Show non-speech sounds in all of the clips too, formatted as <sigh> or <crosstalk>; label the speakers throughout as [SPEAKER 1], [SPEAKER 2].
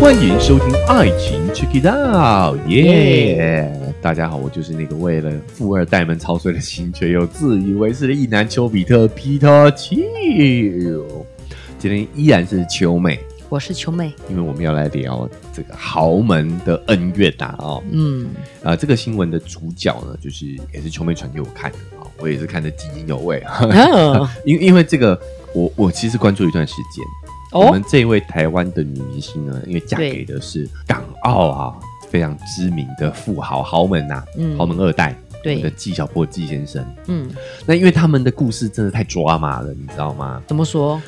[SPEAKER 1] 欢迎收听《爱情 Check It Out》，耶！大家好，我就是那个为了富二代们操碎了心却又自以为是的意男丘比特 Peter Q。今天依然是秋妹，
[SPEAKER 2] 我是秋妹。
[SPEAKER 1] 因为我们要来聊这个豪门的恩怨大哦。
[SPEAKER 2] <laughs> 嗯，
[SPEAKER 1] 啊、这个新闻的主角呢，就是也是秋妹传给我看的啊、我也是看得津津有味啊。 <laughs>
[SPEAKER 2] 哦
[SPEAKER 1] 因因为这个，我我其实关注一段时间。
[SPEAKER 2] 哦
[SPEAKER 1] 我们这位台湾的女明星呢，因为嫁
[SPEAKER 2] 对
[SPEAKER 1] 给的是港澳啊非常知名的富豪豪门呐、
[SPEAKER 2] 嗯
[SPEAKER 1] 豪门二代，
[SPEAKER 2] 对
[SPEAKER 1] 我们的纪晓波纪先生。
[SPEAKER 2] 嗯，
[SPEAKER 1] 那因为他们的故事真的太抓马了，你知道吗？
[SPEAKER 2] 怎么说？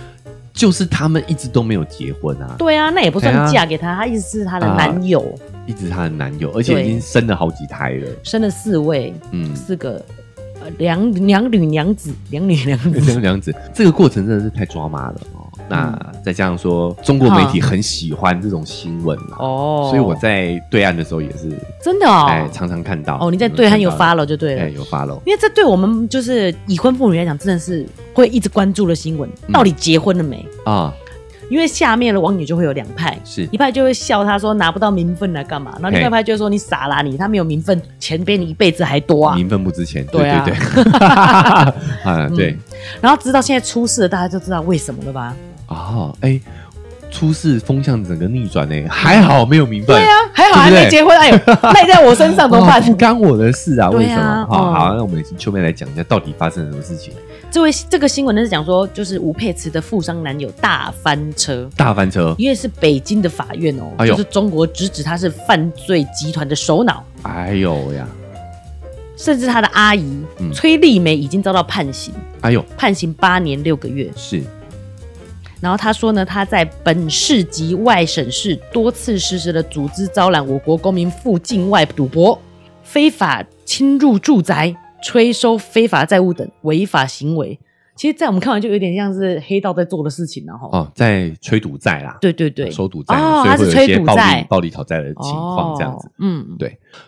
[SPEAKER 1] 就是他们一直都没有结婚啊，
[SPEAKER 2] 对啊，那也不算
[SPEAKER 1] 哎呀啊
[SPEAKER 2] 嫁给他，他一直是他的男友，
[SPEAKER 1] 一直她的男友，而且
[SPEAKER 2] 对
[SPEAKER 1] 已经生了好几胎了。
[SPEAKER 2] 生了四位，
[SPEAKER 1] 嗯，
[SPEAKER 2] 四个呃两两女两子，两女两
[SPEAKER 1] 这
[SPEAKER 2] 子。
[SPEAKER 1] 样子，这个过程真的是太抓马了哦。那
[SPEAKER 2] 嗯
[SPEAKER 1] 再加上说，中国媒体很喜欢这种新闻啦，
[SPEAKER 2] <laughs> 啊哦，
[SPEAKER 1] 所以我在对岸的时候也是，
[SPEAKER 2] 真的哦，
[SPEAKER 1] 哎，常常看到。
[SPEAKER 2] 哦，你在对岸有
[SPEAKER 1] 看到
[SPEAKER 2] follow 就对了
[SPEAKER 1] 哎，。有发喽。
[SPEAKER 2] 因为这对我们就是已婚妇女来讲，真的是会一直关注的新闻，
[SPEAKER 1] 嗯
[SPEAKER 2] 到底结婚了没？
[SPEAKER 1] 啊，
[SPEAKER 2] 因为下面的网友就会有两派，
[SPEAKER 1] 是
[SPEAKER 2] 一派就会笑他说拿不到名分来干嘛，然后另外一派就会说你傻啦你，他没有名分，钱比你一辈子还多啊。
[SPEAKER 1] 名分不值钱，对
[SPEAKER 2] 对啊嗯
[SPEAKER 1] 对
[SPEAKER 2] <laughs>
[SPEAKER 1] 对， <laughs> 啊对
[SPEAKER 2] 然后直到现在出事了，大家就知道为什么了吧？
[SPEAKER 1] 哦，哎，出事风向整个逆转呢，还好没有名分，对
[SPEAKER 2] 啊，还好还
[SPEAKER 1] 对
[SPEAKER 2] 没
[SPEAKER 1] 不对
[SPEAKER 2] 结婚，哎呦，赖在我身上怎
[SPEAKER 1] <laughs>
[SPEAKER 2] 么办？
[SPEAKER 1] 不干我的事啊，为
[SPEAKER 2] 对啊
[SPEAKER 1] 什么？好，
[SPEAKER 2] 嗯
[SPEAKER 1] 好，那我们请秋妹来讲一下到底发生了什么事情，
[SPEAKER 2] 这位这个新闻呢是讲说，就是吴佩慈的富商男友大翻车。
[SPEAKER 1] 大翻车，
[SPEAKER 2] 因为是北京的法院哦，
[SPEAKER 1] 哎呦
[SPEAKER 2] 就是中国直指他是犯罪集团的首脑，
[SPEAKER 1] 哎呦
[SPEAKER 2] 啊
[SPEAKER 1] 呀，
[SPEAKER 2] 甚至他的阿姨、
[SPEAKER 1] 嗯
[SPEAKER 2] 崔丽梅已经遭到判刑，
[SPEAKER 1] 哎呦，
[SPEAKER 2] 判刑八年六个月。
[SPEAKER 1] 是
[SPEAKER 2] 然后他说呢，他在本市及外省市多次实施了组织招揽我国公民赴境外赌博、非法侵入住宅、催收非法债务等违法行为。其实，在我们看完就有点像是黑道在做的事情了哈。吼
[SPEAKER 1] 哦，在催赌债啦，
[SPEAKER 2] 对对对，
[SPEAKER 1] 收赌债，所
[SPEAKER 2] 哦
[SPEAKER 1] 以
[SPEAKER 2] 他
[SPEAKER 1] 会
[SPEAKER 2] 是
[SPEAKER 1] 有一些
[SPEAKER 2] 催赌
[SPEAKER 1] 暴力
[SPEAKER 2] 债
[SPEAKER 1] 暴力讨债的情况这样子
[SPEAKER 2] 哦，嗯，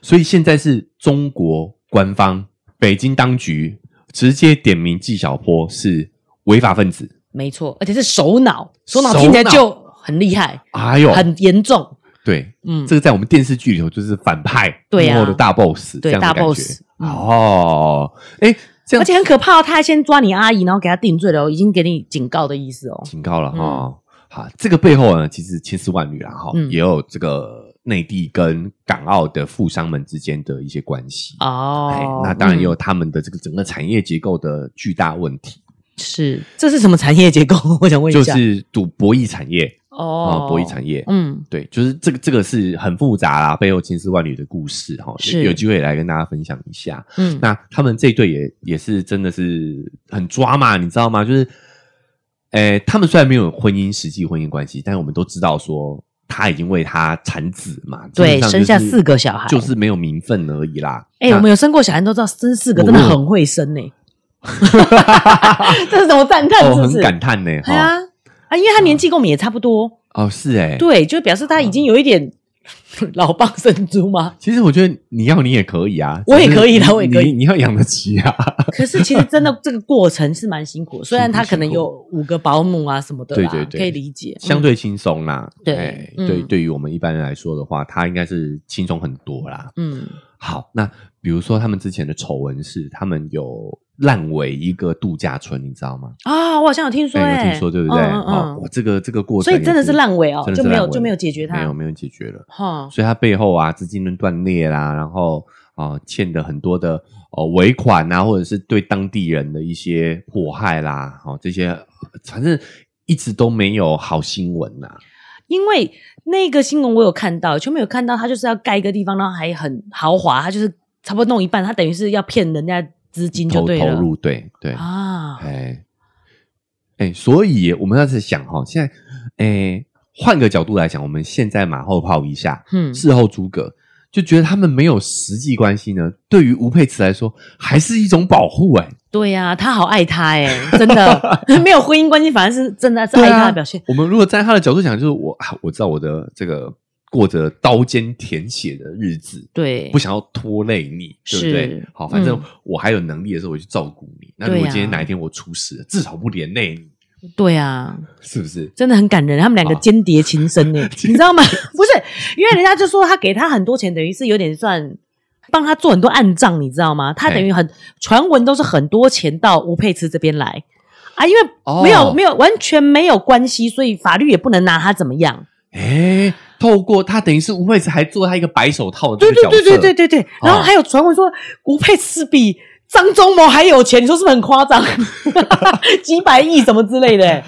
[SPEAKER 1] 所以现在是中国官方北京当局直接点名纪晓波是违法分子。
[SPEAKER 2] 没错，而且是首脑，首脑
[SPEAKER 1] 首
[SPEAKER 2] 听起来
[SPEAKER 1] 脑
[SPEAKER 2] 就很厉害，
[SPEAKER 1] 哎呦，
[SPEAKER 2] 很严重。
[SPEAKER 1] 对，
[SPEAKER 2] 嗯，
[SPEAKER 1] 这个在我们电视剧里头就是反派
[SPEAKER 2] 对啊
[SPEAKER 1] 幕后的大 boss，这
[SPEAKER 2] 对
[SPEAKER 1] 样的
[SPEAKER 2] 大
[SPEAKER 1] 感觉
[SPEAKER 2] boss，嗯
[SPEAKER 1] 哦，哎，这
[SPEAKER 2] 而
[SPEAKER 1] 样
[SPEAKER 2] 且很可怕哦，他还先抓你阿姨，然后给他定罪了哦，已经给你警告的意思哦。
[SPEAKER 1] 警告了哈、哦好，这个背后呢，其实千丝万缕啦哈，
[SPEAKER 2] 嗯
[SPEAKER 1] 也有这个内地跟港澳的富商们之间的一些关系。哎
[SPEAKER 2] 哦，
[SPEAKER 1] 那当然也
[SPEAKER 2] 嗯
[SPEAKER 1] 有他们的这个整个产业结构的巨大问题，
[SPEAKER 2] 是，这是什么产业结构？ <laughs> 我想问一
[SPEAKER 1] 就
[SPEAKER 2] 下。
[SPEAKER 1] 是赌博弈产业啊、
[SPEAKER 2] 哦
[SPEAKER 1] 博弈产业，
[SPEAKER 2] 嗯，
[SPEAKER 1] 对，就是这个这个是很复杂啦，背后千丝万缕的故事哈，
[SPEAKER 2] 是
[SPEAKER 1] 有机会也来跟大家分享一下。
[SPEAKER 2] 嗯
[SPEAKER 1] 那他们这一对也也是真的是很抓嘛，你知道吗？就是，诶、他们虽然没有婚姻实际婚姻关系，但是我们都知道说他已经为他产子嘛，
[SPEAKER 2] 对
[SPEAKER 1] 基本上
[SPEAKER 2] 生下
[SPEAKER 1] 就是
[SPEAKER 2] 四个小孩
[SPEAKER 1] 就是没有名分而已啦。
[SPEAKER 2] 哎、
[SPEAKER 1] 那
[SPEAKER 2] 我们有生过小孩都知道，生四个
[SPEAKER 1] 我
[SPEAKER 2] 真的很会生呢、
[SPEAKER 1] <laughs>
[SPEAKER 2] <laughs> 这是什么赞叹？
[SPEAKER 1] 哦
[SPEAKER 2] 是不
[SPEAKER 1] 很
[SPEAKER 2] 是？
[SPEAKER 1] 感叹呢，
[SPEAKER 2] 哎呀
[SPEAKER 1] 哈，
[SPEAKER 2] 啊，因为他年纪跟我们也差不多，
[SPEAKER 1] 哦是哎、
[SPEAKER 2] 对，就表示他已经有一点 <laughs> 老蚌生珠
[SPEAKER 1] <laughs>
[SPEAKER 2] 嘛。
[SPEAKER 1] 其实我觉得你要你也可以啊，
[SPEAKER 2] 我也
[SPEAKER 1] 只是
[SPEAKER 2] 可以啦
[SPEAKER 1] 你
[SPEAKER 2] 我也可以
[SPEAKER 1] 你你要养得起啊。
[SPEAKER 2] 可是其实真的这个过程是蛮辛苦，虽然他可能
[SPEAKER 1] 辛苦
[SPEAKER 2] 有五个保姆啊什么的啦，
[SPEAKER 1] 对对对
[SPEAKER 2] 可以理解。嗯
[SPEAKER 1] 相对轻松啦。
[SPEAKER 2] 对
[SPEAKER 1] 哎
[SPEAKER 2] 嗯
[SPEAKER 1] 对，对于我们一般人来说的话，它应该是轻松很多啦。
[SPEAKER 2] 嗯，
[SPEAKER 1] 好，那比如说他们之前的丑闻是，他们有烂尾一个度假村，你知道吗？
[SPEAKER 2] 嗯啊、我好像有听说、
[SPEAKER 1] 哎
[SPEAKER 2] 哎，
[SPEAKER 1] 有听说对不对？
[SPEAKER 2] 嗯嗯嗯
[SPEAKER 1] 哦，哇这个这个过程
[SPEAKER 2] 所
[SPEAKER 1] 也，
[SPEAKER 2] 以真的是烂尾哦
[SPEAKER 1] 真，的
[SPEAKER 2] 就是没
[SPEAKER 1] 烂
[SPEAKER 2] 有
[SPEAKER 1] 尾
[SPEAKER 2] 就没有解决它，
[SPEAKER 1] 没有没有解决了。
[SPEAKER 2] 哈，
[SPEAKER 1] 所以它背后啊，资金链断裂啦，然后啊、呃欠的很多的哦尾款啊，或者是对当地人的一些迫害啦，哦这些，反正一直都没有好新闻呐、
[SPEAKER 2] 因为那个新闻我有看到，就没有看到他就是要盖一个地方，然后还很豪华，他就是差不多弄一半，他等于是要骗人家资金就
[SPEAKER 1] 投
[SPEAKER 2] 对
[SPEAKER 1] 投
[SPEAKER 2] 了
[SPEAKER 1] 入，对对，
[SPEAKER 2] 啊，
[SPEAKER 1] 哎哎，所以我们要是想哈，现在哎换个角度来讲，我们现在马后炮一下，
[SPEAKER 2] 嗯，
[SPEAKER 1] 事后诸葛，就觉得他们没有实际关系呢，对于吴佩慈来说还是一种保护哎、
[SPEAKER 2] 对呀、他好爱他哎、
[SPEAKER 1] <laughs>
[SPEAKER 2] 真的没有婚姻关系，反而是真的是爱他的表现，
[SPEAKER 1] 啊我们如果站在他的角度讲，就是我啊，我知道我的这个过着刀尖舔血的日子。
[SPEAKER 2] 对，
[SPEAKER 1] 不想要拖累你，对不对
[SPEAKER 2] 是？
[SPEAKER 1] 好，反正
[SPEAKER 2] 嗯
[SPEAKER 1] 我还有能力的时候，我去照顾你。那如果
[SPEAKER 2] 对呀啊
[SPEAKER 1] 今天哪一天我出事了，至少不连累你。
[SPEAKER 2] 对啊，
[SPEAKER 1] 是不是？
[SPEAKER 2] 真的很感人，他们两个
[SPEAKER 1] 啊
[SPEAKER 2] 间谍
[SPEAKER 1] <laughs>
[SPEAKER 2] 情深呢，欸你知道吗？不是，因为人家就说他给他很多钱，等于是有点算帮他做很多暗账，你知道吗？他
[SPEAKER 1] 嘿
[SPEAKER 2] 等于很传闻都是很多钱到吴佩慈这边来啊，因为没有、
[SPEAKER 1] 哦
[SPEAKER 2] 没有完全没有关系，所以法律也不能拿他怎么样。
[SPEAKER 1] 哎，透过他等于是吴佩慈还做他一个白手套的
[SPEAKER 2] 对
[SPEAKER 1] 这个
[SPEAKER 2] 对
[SPEAKER 1] 角色，哦
[SPEAKER 2] 对对对对对，然后还有传闻说吴佩慈比。张忠谋还有钱，你说是不是很夸张？ <laughs> 几百亿什么之
[SPEAKER 1] <laughs>
[SPEAKER 2] 类的，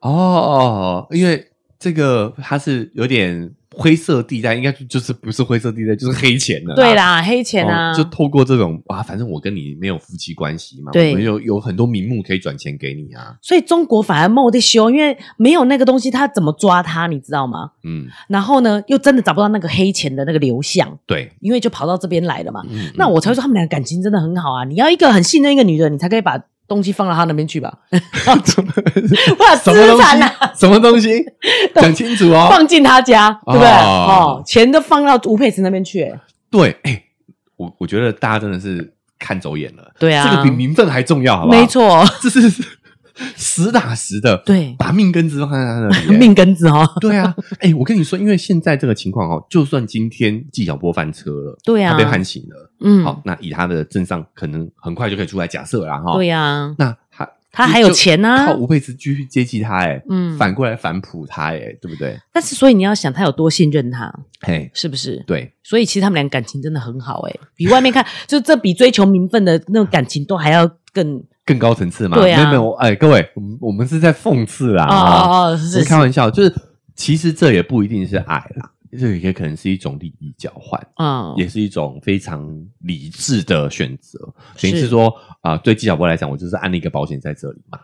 [SPEAKER 1] 哦哦，因为这个他是有点灰色地带，应该就就是不是灰色地带，就是黑钱的。
[SPEAKER 2] 对。啦，黑钱啊，
[SPEAKER 1] 哦、就透过这种啊，反正我跟你没有夫妻关系嘛，
[SPEAKER 2] 对
[SPEAKER 1] 我们有有很多名目可以转钱给你啊，
[SPEAKER 2] 所以中国反而没得修，因为没有那个东西，他怎么抓他，你知道吗？
[SPEAKER 1] 嗯，
[SPEAKER 2] 然后呢，又真的找不到那个黑钱的那个流向，
[SPEAKER 1] 对，
[SPEAKER 2] 因为就跑到这边来了嘛。
[SPEAKER 1] 嗯，
[SPEAKER 2] 那我才会说他们俩感情真的很好啊！你要一个很信任一个女人，你才可以把东西放到她那边去
[SPEAKER 1] <laughs>
[SPEAKER 2] 吧，
[SPEAKER 1] 什
[SPEAKER 2] <laughs>
[SPEAKER 1] 么
[SPEAKER 2] 把
[SPEAKER 1] 什么
[SPEAKER 2] 哦资
[SPEAKER 1] 东
[SPEAKER 2] 产啊
[SPEAKER 1] 西？什么东
[SPEAKER 2] <laughs>
[SPEAKER 1] 西？讲清楚哦。
[SPEAKER 2] 放进他家，对不对？
[SPEAKER 1] 哦
[SPEAKER 2] 哦，钱都放到吴佩慈那边去、欸
[SPEAKER 1] 对，哎、我我觉得大家真的是看走眼了，
[SPEAKER 2] 对啊
[SPEAKER 1] 这个比名分还重要，好不好？<laughs>
[SPEAKER 2] 没，错，
[SPEAKER 1] 这是实打实的，
[SPEAKER 2] 对
[SPEAKER 1] 把命根子放在他那里、哎
[SPEAKER 2] 命根子哦，
[SPEAKER 1] 对啊，哎、我跟你说，因为现在这个情况哦，就算今天纪晓波翻车了，
[SPEAKER 2] 对啊
[SPEAKER 1] 他被判刑了，
[SPEAKER 2] 嗯，
[SPEAKER 1] 好，那以他的证上，可能很快就可以出来假设啦，哈。
[SPEAKER 2] 对
[SPEAKER 1] 呀、
[SPEAKER 2] 呀、
[SPEAKER 1] 那他
[SPEAKER 2] 他
[SPEAKER 1] 就
[SPEAKER 2] 还有
[SPEAKER 1] 就
[SPEAKER 2] 钱啊
[SPEAKER 1] 靠吴佩慈继续接济他、哎，
[SPEAKER 2] 嗯
[SPEAKER 1] 反过来反哺他、哎，对不对？
[SPEAKER 2] 但是所以你要想他有多信任他，
[SPEAKER 1] 嘿，
[SPEAKER 2] 是不是？
[SPEAKER 1] 对，
[SPEAKER 2] 所以其实他们俩感情真的很好哎、比外面看 <laughs> 就这比追求名分的那种感情都还要更
[SPEAKER 1] 更高层次嘛，
[SPEAKER 2] 对啊
[SPEAKER 1] 没有没有，哎、各位，我们我们是在讽刺啦，
[SPEAKER 2] 哦
[SPEAKER 1] 哈
[SPEAKER 2] 哦哦，
[SPEAKER 1] 不
[SPEAKER 2] 是
[SPEAKER 1] 是开
[SPEAKER 2] 是
[SPEAKER 1] 玩笑，啊就是其实这也不一定是爱啦，这也可能是一种利益交换，
[SPEAKER 2] 嗯
[SPEAKER 1] 也是一种非常理智的选择。等于
[SPEAKER 2] 是
[SPEAKER 1] 是说啊、对纪晓波来讲，我就是按了一个保险在这里嘛。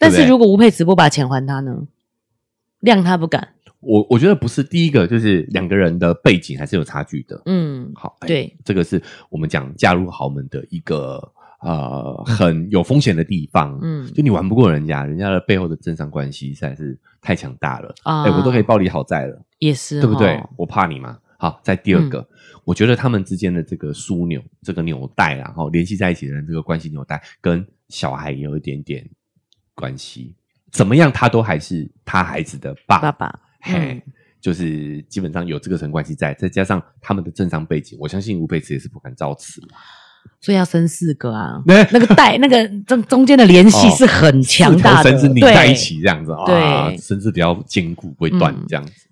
[SPEAKER 2] 但
[SPEAKER 1] 对
[SPEAKER 2] 是
[SPEAKER 1] 不对
[SPEAKER 2] 如果吴佩慈不把钱还他呢？谅他不敢，
[SPEAKER 1] 我我觉得不是第一个，就是两个人的背景还是有差距的。
[SPEAKER 2] 嗯，
[SPEAKER 1] 好，哎
[SPEAKER 2] 对，
[SPEAKER 1] 这个是我们讲嫁入豪门的一个呃很有风险的地方。
[SPEAKER 2] 嗯
[SPEAKER 1] 就你玩不过人家，人家的背后的政商关系实在是太强大了。
[SPEAKER 2] 啊
[SPEAKER 1] 哎、我都可以暴力好债了。
[SPEAKER 2] 也是，
[SPEAKER 1] 对不对
[SPEAKER 2] 哦？嗯
[SPEAKER 1] 我怕你嘛。好，在第二个，我觉得他们之间的这个枢纽、这个纽带啦，然后联系在一起的人，这个关系纽带跟小孩也有一点点关系。怎么样，他都还是他孩子的爸，
[SPEAKER 2] 爸嗯爸，
[SPEAKER 1] 嘿，就是基本上有这个层关系在，再加上他们的政商背景，我相信吴佩慈也是不敢造次。
[SPEAKER 2] 所以要生四个
[SPEAKER 1] <laughs>
[SPEAKER 2] 啊，
[SPEAKER 1] 那
[SPEAKER 2] 那个带那个中中间的联系
[SPEAKER 1] 哦
[SPEAKER 2] 是很强大的，
[SPEAKER 1] 甚至拧
[SPEAKER 2] 对
[SPEAKER 1] 在一起这样子啊，
[SPEAKER 2] 对
[SPEAKER 1] 甚至比较坚固不会断
[SPEAKER 2] 嗯
[SPEAKER 1] 这样子。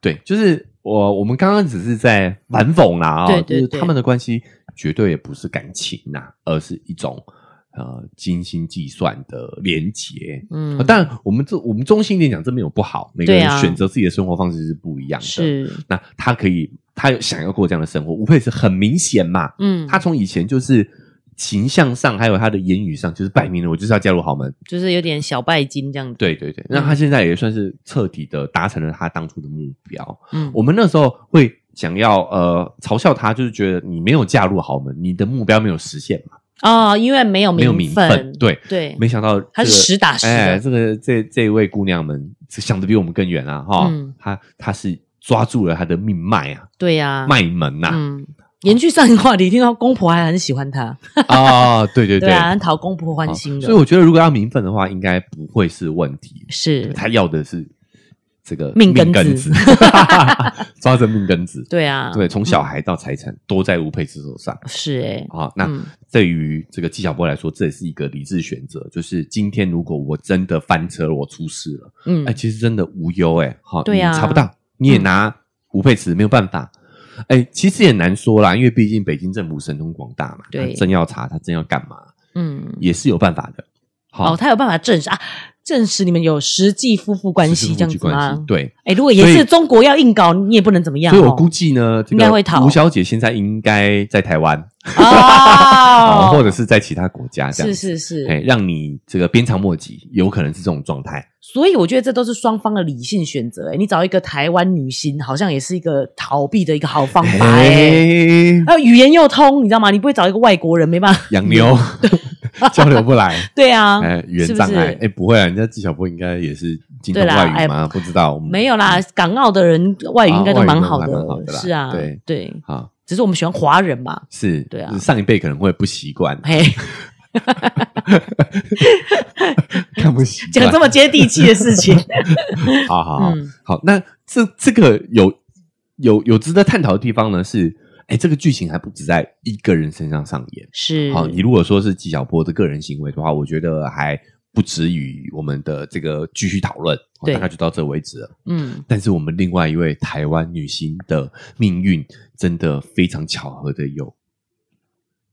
[SPEAKER 1] 对，就是我我们刚刚只是在反讽啦啊、
[SPEAKER 2] 对对
[SPEAKER 1] 就是
[SPEAKER 2] 对
[SPEAKER 1] 他们的关系绝对也不是感情呐、而是一种呃精心计算的连结。
[SPEAKER 2] 嗯
[SPEAKER 1] 呃，当然，我们这我们中性一点讲，这没有不好，每个
[SPEAKER 2] 对
[SPEAKER 1] 人
[SPEAKER 2] 啊
[SPEAKER 1] 选择自己的生活方式是不一样的。，
[SPEAKER 2] 是，
[SPEAKER 1] 那他可以，他想要过这样的生活，吴佩是很明显嘛，
[SPEAKER 2] 嗯，
[SPEAKER 1] 他从以前就是形象上，还有他的言语上，就是摆明了我就是要嫁入豪门。
[SPEAKER 2] 就是有点小拜金这样子，
[SPEAKER 1] 对对对，
[SPEAKER 2] 嗯
[SPEAKER 1] 那他现在也算是彻底的达成了他当初的目标。
[SPEAKER 2] 嗯，
[SPEAKER 1] 我们那时候会想要呃嘲笑他，就是觉得你没有嫁入豪门，你的目标没有实现嘛，
[SPEAKER 2] 哦，因为没有
[SPEAKER 1] 没有名
[SPEAKER 2] 名
[SPEAKER 1] 分。对，
[SPEAKER 2] 对，
[SPEAKER 1] 没想到
[SPEAKER 2] 他是
[SPEAKER 1] 这个
[SPEAKER 2] 实打实的
[SPEAKER 1] 哎，这个这这一位姑娘们想的比我们更远啊，哈、
[SPEAKER 2] 嗯
[SPEAKER 1] 她她是抓住了她的命脉啊，
[SPEAKER 2] 对呀，
[SPEAKER 1] 脉门呐、啊，
[SPEAKER 2] 嗯，延续上一个话题，听到公婆还很喜欢他，
[SPEAKER 1] 啊，对对哦
[SPEAKER 2] 对啊，很讨公婆欢心的，
[SPEAKER 1] 所以我觉得，如果要名分的话，应该不会是问题。
[SPEAKER 2] 是，
[SPEAKER 1] 他要的是这个
[SPEAKER 2] 命根子 <laughs>
[SPEAKER 1] 子，抓着命根子。
[SPEAKER 2] 对啊，
[SPEAKER 1] 对，从小孩到财产都在吴佩慈手上
[SPEAKER 2] 是哎，
[SPEAKER 1] 啊。那
[SPEAKER 2] 嗯
[SPEAKER 1] 对于这个纪晓波来说，这也是一个理智选择。就是今天如果我真的翻车，我出事了，
[SPEAKER 2] 嗯
[SPEAKER 1] 哎，，其实真的无忧哎，好，
[SPEAKER 2] 对啊
[SPEAKER 1] 你查不到，你也拿吴佩慈没有办法。哎，其实也难说啦，因为毕竟北京政府神通广大嘛，
[SPEAKER 2] 对
[SPEAKER 1] 他真要查他真要干嘛，
[SPEAKER 2] 嗯，
[SPEAKER 1] 也是有办法的。好
[SPEAKER 2] 哦，他有办法证实啊，证实你们有实际夫妇关系这样子
[SPEAKER 1] 关系
[SPEAKER 2] 吗？
[SPEAKER 1] 对，
[SPEAKER 2] 哎，如果也
[SPEAKER 1] 所以
[SPEAKER 2] 是中国要硬搞，你也不能怎么样
[SPEAKER 1] 所
[SPEAKER 2] 哦，
[SPEAKER 1] 以我估计呢，这
[SPEAKER 2] 应该
[SPEAKER 1] 个
[SPEAKER 2] 会逃
[SPEAKER 1] 吴小姐现在应该在台湾， <laughs>
[SPEAKER 2] 哦
[SPEAKER 1] 啊，，或者是在其他国家这样
[SPEAKER 2] 是
[SPEAKER 1] 子。
[SPEAKER 2] 是
[SPEAKER 1] 哎，
[SPEAKER 2] 是，
[SPEAKER 1] 让你这个鞭长莫及，有可能是这种状态。
[SPEAKER 2] 所以我觉得这都是双方的理性选择。哎，你找一个台湾女星，好像也是一个逃避的一个好方法哎。
[SPEAKER 1] 哎，
[SPEAKER 2] <laughs> 还有语言又通，你知道吗？你不会找一个外国人，没办法。 <laughs>
[SPEAKER 1] 洋妞交流不来，
[SPEAKER 2] 对啊，
[SPEAKER 1] 哎，语言
[SPEAKER 2] 是不
[SPEAKER 1] 障碍
[SPEAKER 2] 是，
[SPEAKER 1] 哎，不会啊，人家纪晓波应该也是精通
[SPEAKER 2] 对啦哎
[SPEAKER 1] 外语吗？不知道，我们
[SPEAKER 2] 没有啦，港澳的人外语应该都蛮好
[SPEAKER 1] 啊外语都还蛮好的啦
[SPEAKER 2] 是啊，
[SPEAKER 1] 对
[SPEAKER 2] 对，
[SPEAKER 1] 啊，
[SPEAKER 2] 只是我们喜欢华人嘛，
[SPEAKER 1] 是，
[SPEAKER 2] 对啊
[SPEAKER 1] <laughs>
[SPEAKER 2] 哎
[SPEAKER 1] 就是上一辈可能会不习惯，
[SPEAKER 2] 嘿，
[SPEAKER 1] 看不习
[SPEAKER 2] 讲
[SPEAKER 1] 惯。
[SPEAKER 2] 这么接地气的事情，
[SPEAKER 1] 好好好，
[SPEAKER 2] 嗯
[SPEAKER 1] 好，那这这个有有有值得探讨的地方呢是，哎，这个剧情还不止在一个人身上上演。
[SPEAKER 2] <laughs> 是
[SPEAKER 1] 好，你如果说是纪晓波的个人行为的话，我觉得还不止于我们的这个继续讨论，哦
[SPEAKER 2] 对
[SPEAKER 1] 大概就到这为止了。
[SPEAKER 2] 嗯，
[SPEAKER 1] 但是我们另外一位台湾女星的命运，真的非常巧合的有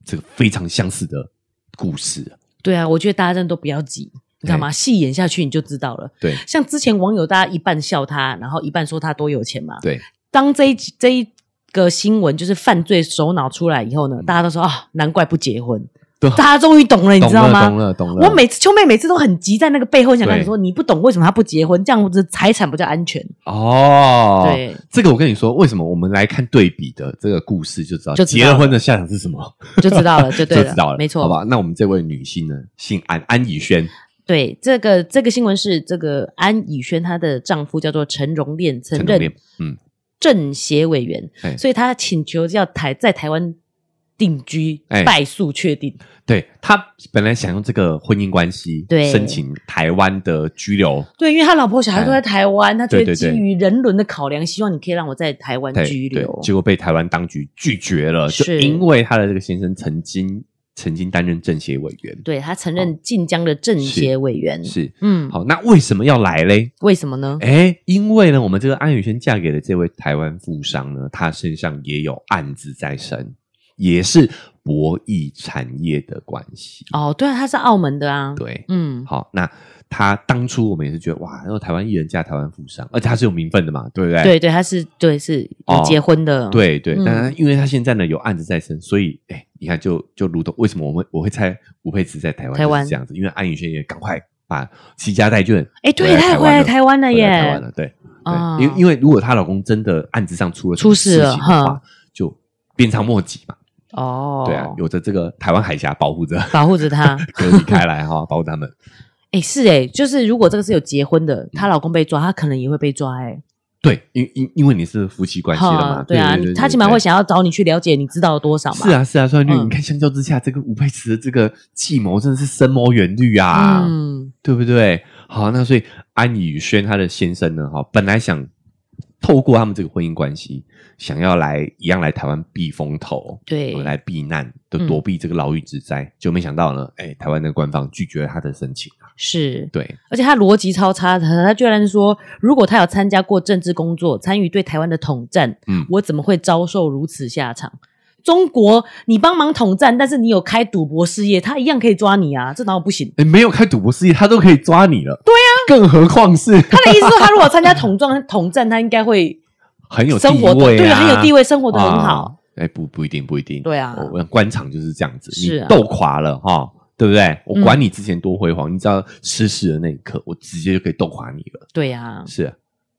[SPEAKER 1] 这个非常相似的故事。
[SPEAKER 2] 对啊，我觉得大家真的都不要急，你知
[SPEAKER 1] 哎
[SPEAKER 2] 道吗？戏演下去你就知道了。
[SPEAKER 1] 对
[SPEAKER 2] 像之前网友大家一半笑他，然后一半说他多有钱嘛。
[SPEAKER 1] 对，
[SPEAKER 2] 当这一集这一个新闻就是犯罪首脑出来以后
[SPEAKER 1] 嗯
[SPEAKER 2] 呢，大家都说啊，难怪不结婚
[SPEAKER 1] 对。
[SPEAKER 2] 大家终于懂了，你
[SPEAKER 1] 懂
[SPEAKER 2] 知道
[SPEAKER 1] 了，
[SPEAKER 2] 吗？
[SPEAKER 1] 哦懂了，懂了。
[SPEAKER 2] 我每次秋妹每次都很急，在那个背后想跟你
[SPEAKER 1] 嗯对
[SPEAKER 2] 说，你不懂为什么他不结婚，这样子财产比较安全。
[SPEAKER 1] 哦，
[SPEAKER 2] 对，
[SPEAKER 1] 这个我跟你说，为什么我们来看对比的这个故事就知道，
[SPEAKER 2] 就知道
[SPEAKER 1] 结
[SPEAKER 2] 了
[SPEAKER 1] 了婚的下场是什么，
[SPEAKER 2] 就知道了，就
[SPEAKER 1] <laughs>
[SPEAKER 2] 对
[SPEAKER 1] 就
[SPEAKER 2] 了，
[SPEAKER 1] 知道了，
[SPEAKER 2] 没错，
[SPEAKER 1] 好吧？那我们这位女性呢，姓安，安以轩，
[SPEAKER 2] 对，这个这个新闻是这个安以轩她的丈夫叫做陈荣炼，曾
[SPEAKER 1] 陈同
[SPEAKER 2] 任
[SPEAKER 1] 恋，嗯，
[SPEAKER 2] 政协委员，
[SPEAKER 1] 哎
[SPEAKER 2] 所以他请求要台在台湾定居，
[SPEAKER 1] 哎
[SPEAKER 2] 败诉确定，
[SPEAKER 1] 对她本来想用这个婚姻关系，
[SPEAKER 2] 对
[SPEAKER 1] 申请台湾的居留，
[SPEAKER 2] 对，因为他老婆小孩都在台湾，他觉得
[SPEAKER 1] 哎对
[SPEAKER 2] 基
[SPEAKER 1] 对对
[SPEAKER 2] 于人伦的考量，希望你可以让我在台湾
[SPEAKER 1] 对
[SPEAKER 2] 嗯居
[SPEAKER 1] 对
[SPEAKER 2] 留，
[SPEAKER 1] 结果被台湾当局拒绝了，就是因为她的这个先生曾经曾经担任政协委员，
[SPEAKER 2] 对他承认晋江的政协委员，
[SPEAKER 1] 是
[SPEAKER 2] 嗯，
[SPEAKER 1] 好，那为什么要来嘞？
[SPEAKER 2] 为什么呢？
[SPEAKER 1] 哎，因为呢，我们这个安宇轩嫁给的这位台湾富商呢，他身上也有案子在身，也是博弈产业的关系。
[SPEAKER 2] 哦，对啊，他是澳门的啊，
[SPEAKER 1] 对，
[SPEAKER 2] 嗯，
[SPEAKER 1] 好，那他当初我们也是觉得哇，然后台湾艺人嫁台湾富商，而且他是有名分的嘛，对不对？
[SPEAKER 2] 对对，他是对是有
[SPEAKER 1] 哦
[SPEAKER 2] 结婚的，
[SPEAKER 1] 对对
[SPEAKER 2] 嗯，
[SPEAKER 1] 但他因为他现在呢有案子在身，所以哎，你看就就如同为什么我们我会猜吴佩慈在台湾
[SPEAKER 2] 台湾
[SPEAKER 1] 就是这样子，因为安宇轩也赶快把齐家带眷
[SPEAKER 2] 哎，对，
[SPEAKER 1] 回来
[SPEAKER 2] 他
[SPEAKER 1] 台
[SPEAKER 2] 也回
[SPEAKER 1] 湾
[SPEAKER 2] 来
[SPEAKER 1] 了
[SPEAKER 2] 台湾了
[SPEAKER 1] 回
[SPEAKER 2] 耶，
[SPEAKER 1] 来台湾了，对。
[SPEAKER 2] 啊
[SPEAKER 1] 对，因为因为如果她老公真的案子上出了什
[SPEAKER 2] 出
[SPEAKER 1] 么
[SPEAKER 2] 事
[SPEAKER 1] 事
[SPEAKER 2] 了
[SPEAKER 1] 情的话
[SPEAKER 2] 哼，
[SPEAKER 1] 就鞭长莫及嘛。
[SPEAKER 2] 哦，
[SPEAKER 1] 对啊，有着这个台湾海峡保护着
[SPEAKER 2] 保护着他。
[SPEAKER 1] <laughs> 隔离开来哈，保护他们。
[SPEAKER 2] 哎、是哎、就是如果这个是有结婚
[SPEAKER 1] 嗯
[SPEAKER 2] 的，她老公被抓，她可能也会被抓哎、
[SPEAKER 1] 对，因因因为你是夫妻关系了嘛，
[SPEAKER 2] 哈对啊，
[SPEAKER 1] 对
[SPEAKER 2] 她起码会。想要找你去了解你知道了多少嘛。
[SPEAKER 1] 是，啊，是啊，所以
[SPEAKER 2] 嗯
[SPEAKER 1] 你看，相较之下，这个吴佩慈的这个计谋真的是深谋远虑啊，
[SPEAKER 2] 嗯，
[SPEAKER 1] 对不对？好，那所以安以轩她的先生呢，哈，本来想透过他们这个婚姻关系，想要来一样来台湾避风头，
[SPEAKER 2] 对
[SPEAKER 1] 我，来避难，都
[SPEAKER 2] 嗯
[SPEAKER 1] 躲避这个牢狱之灾，就没想到呢，哎，台湾的官方拒绝了他的申请啊。
[SPEAKER 2] 是，
[SPEAKER 1] 对，
[SPEAKER 2] 而且她逻辑超差的，她居然说，如果她有参加过政治工作，参与对台湾的统战，
[SPEAKER 1] 嗯
[SPEAKER 2] 我怎么会遭受如此下场？中国，你帮忙统战，但是你有开赌博事业，他一样可以抓你啊，这哪有不行？
[SPEAKER 1] 哎，没有开赌博事业，他都可以抓你了。对
[SPEAKER 2] 啊
[SPEAKER 1] 呀、更何况是
[SPEAKER 2] 他的意思说，他如果参加统战，统战他应该会
[SPEAKER 1] 很有地
[SPEAKER 2] 生活的、
[SPEAKER 1] 位、啊，
[SPEAKER 2] 对，很有地位，生活
[SPEAKER 1] 活
[SPEAKER 2] 的很好。。
[SPEAKER 1] 哎、不不一定，不一定。
[SPEAKER 2] 对啊
[SPEAKER 1] 我官场就是这样子，
[SPEAKER 2] 是啊嗯
[SPEAKER 1] 你斗垮了哈。对不对？我管你之前多辉煌，你只要失势的那一刻，我直接就可以斗垮你了。
[SPEAKER 2] 对呀、
[SPEAKER 1] 是啊，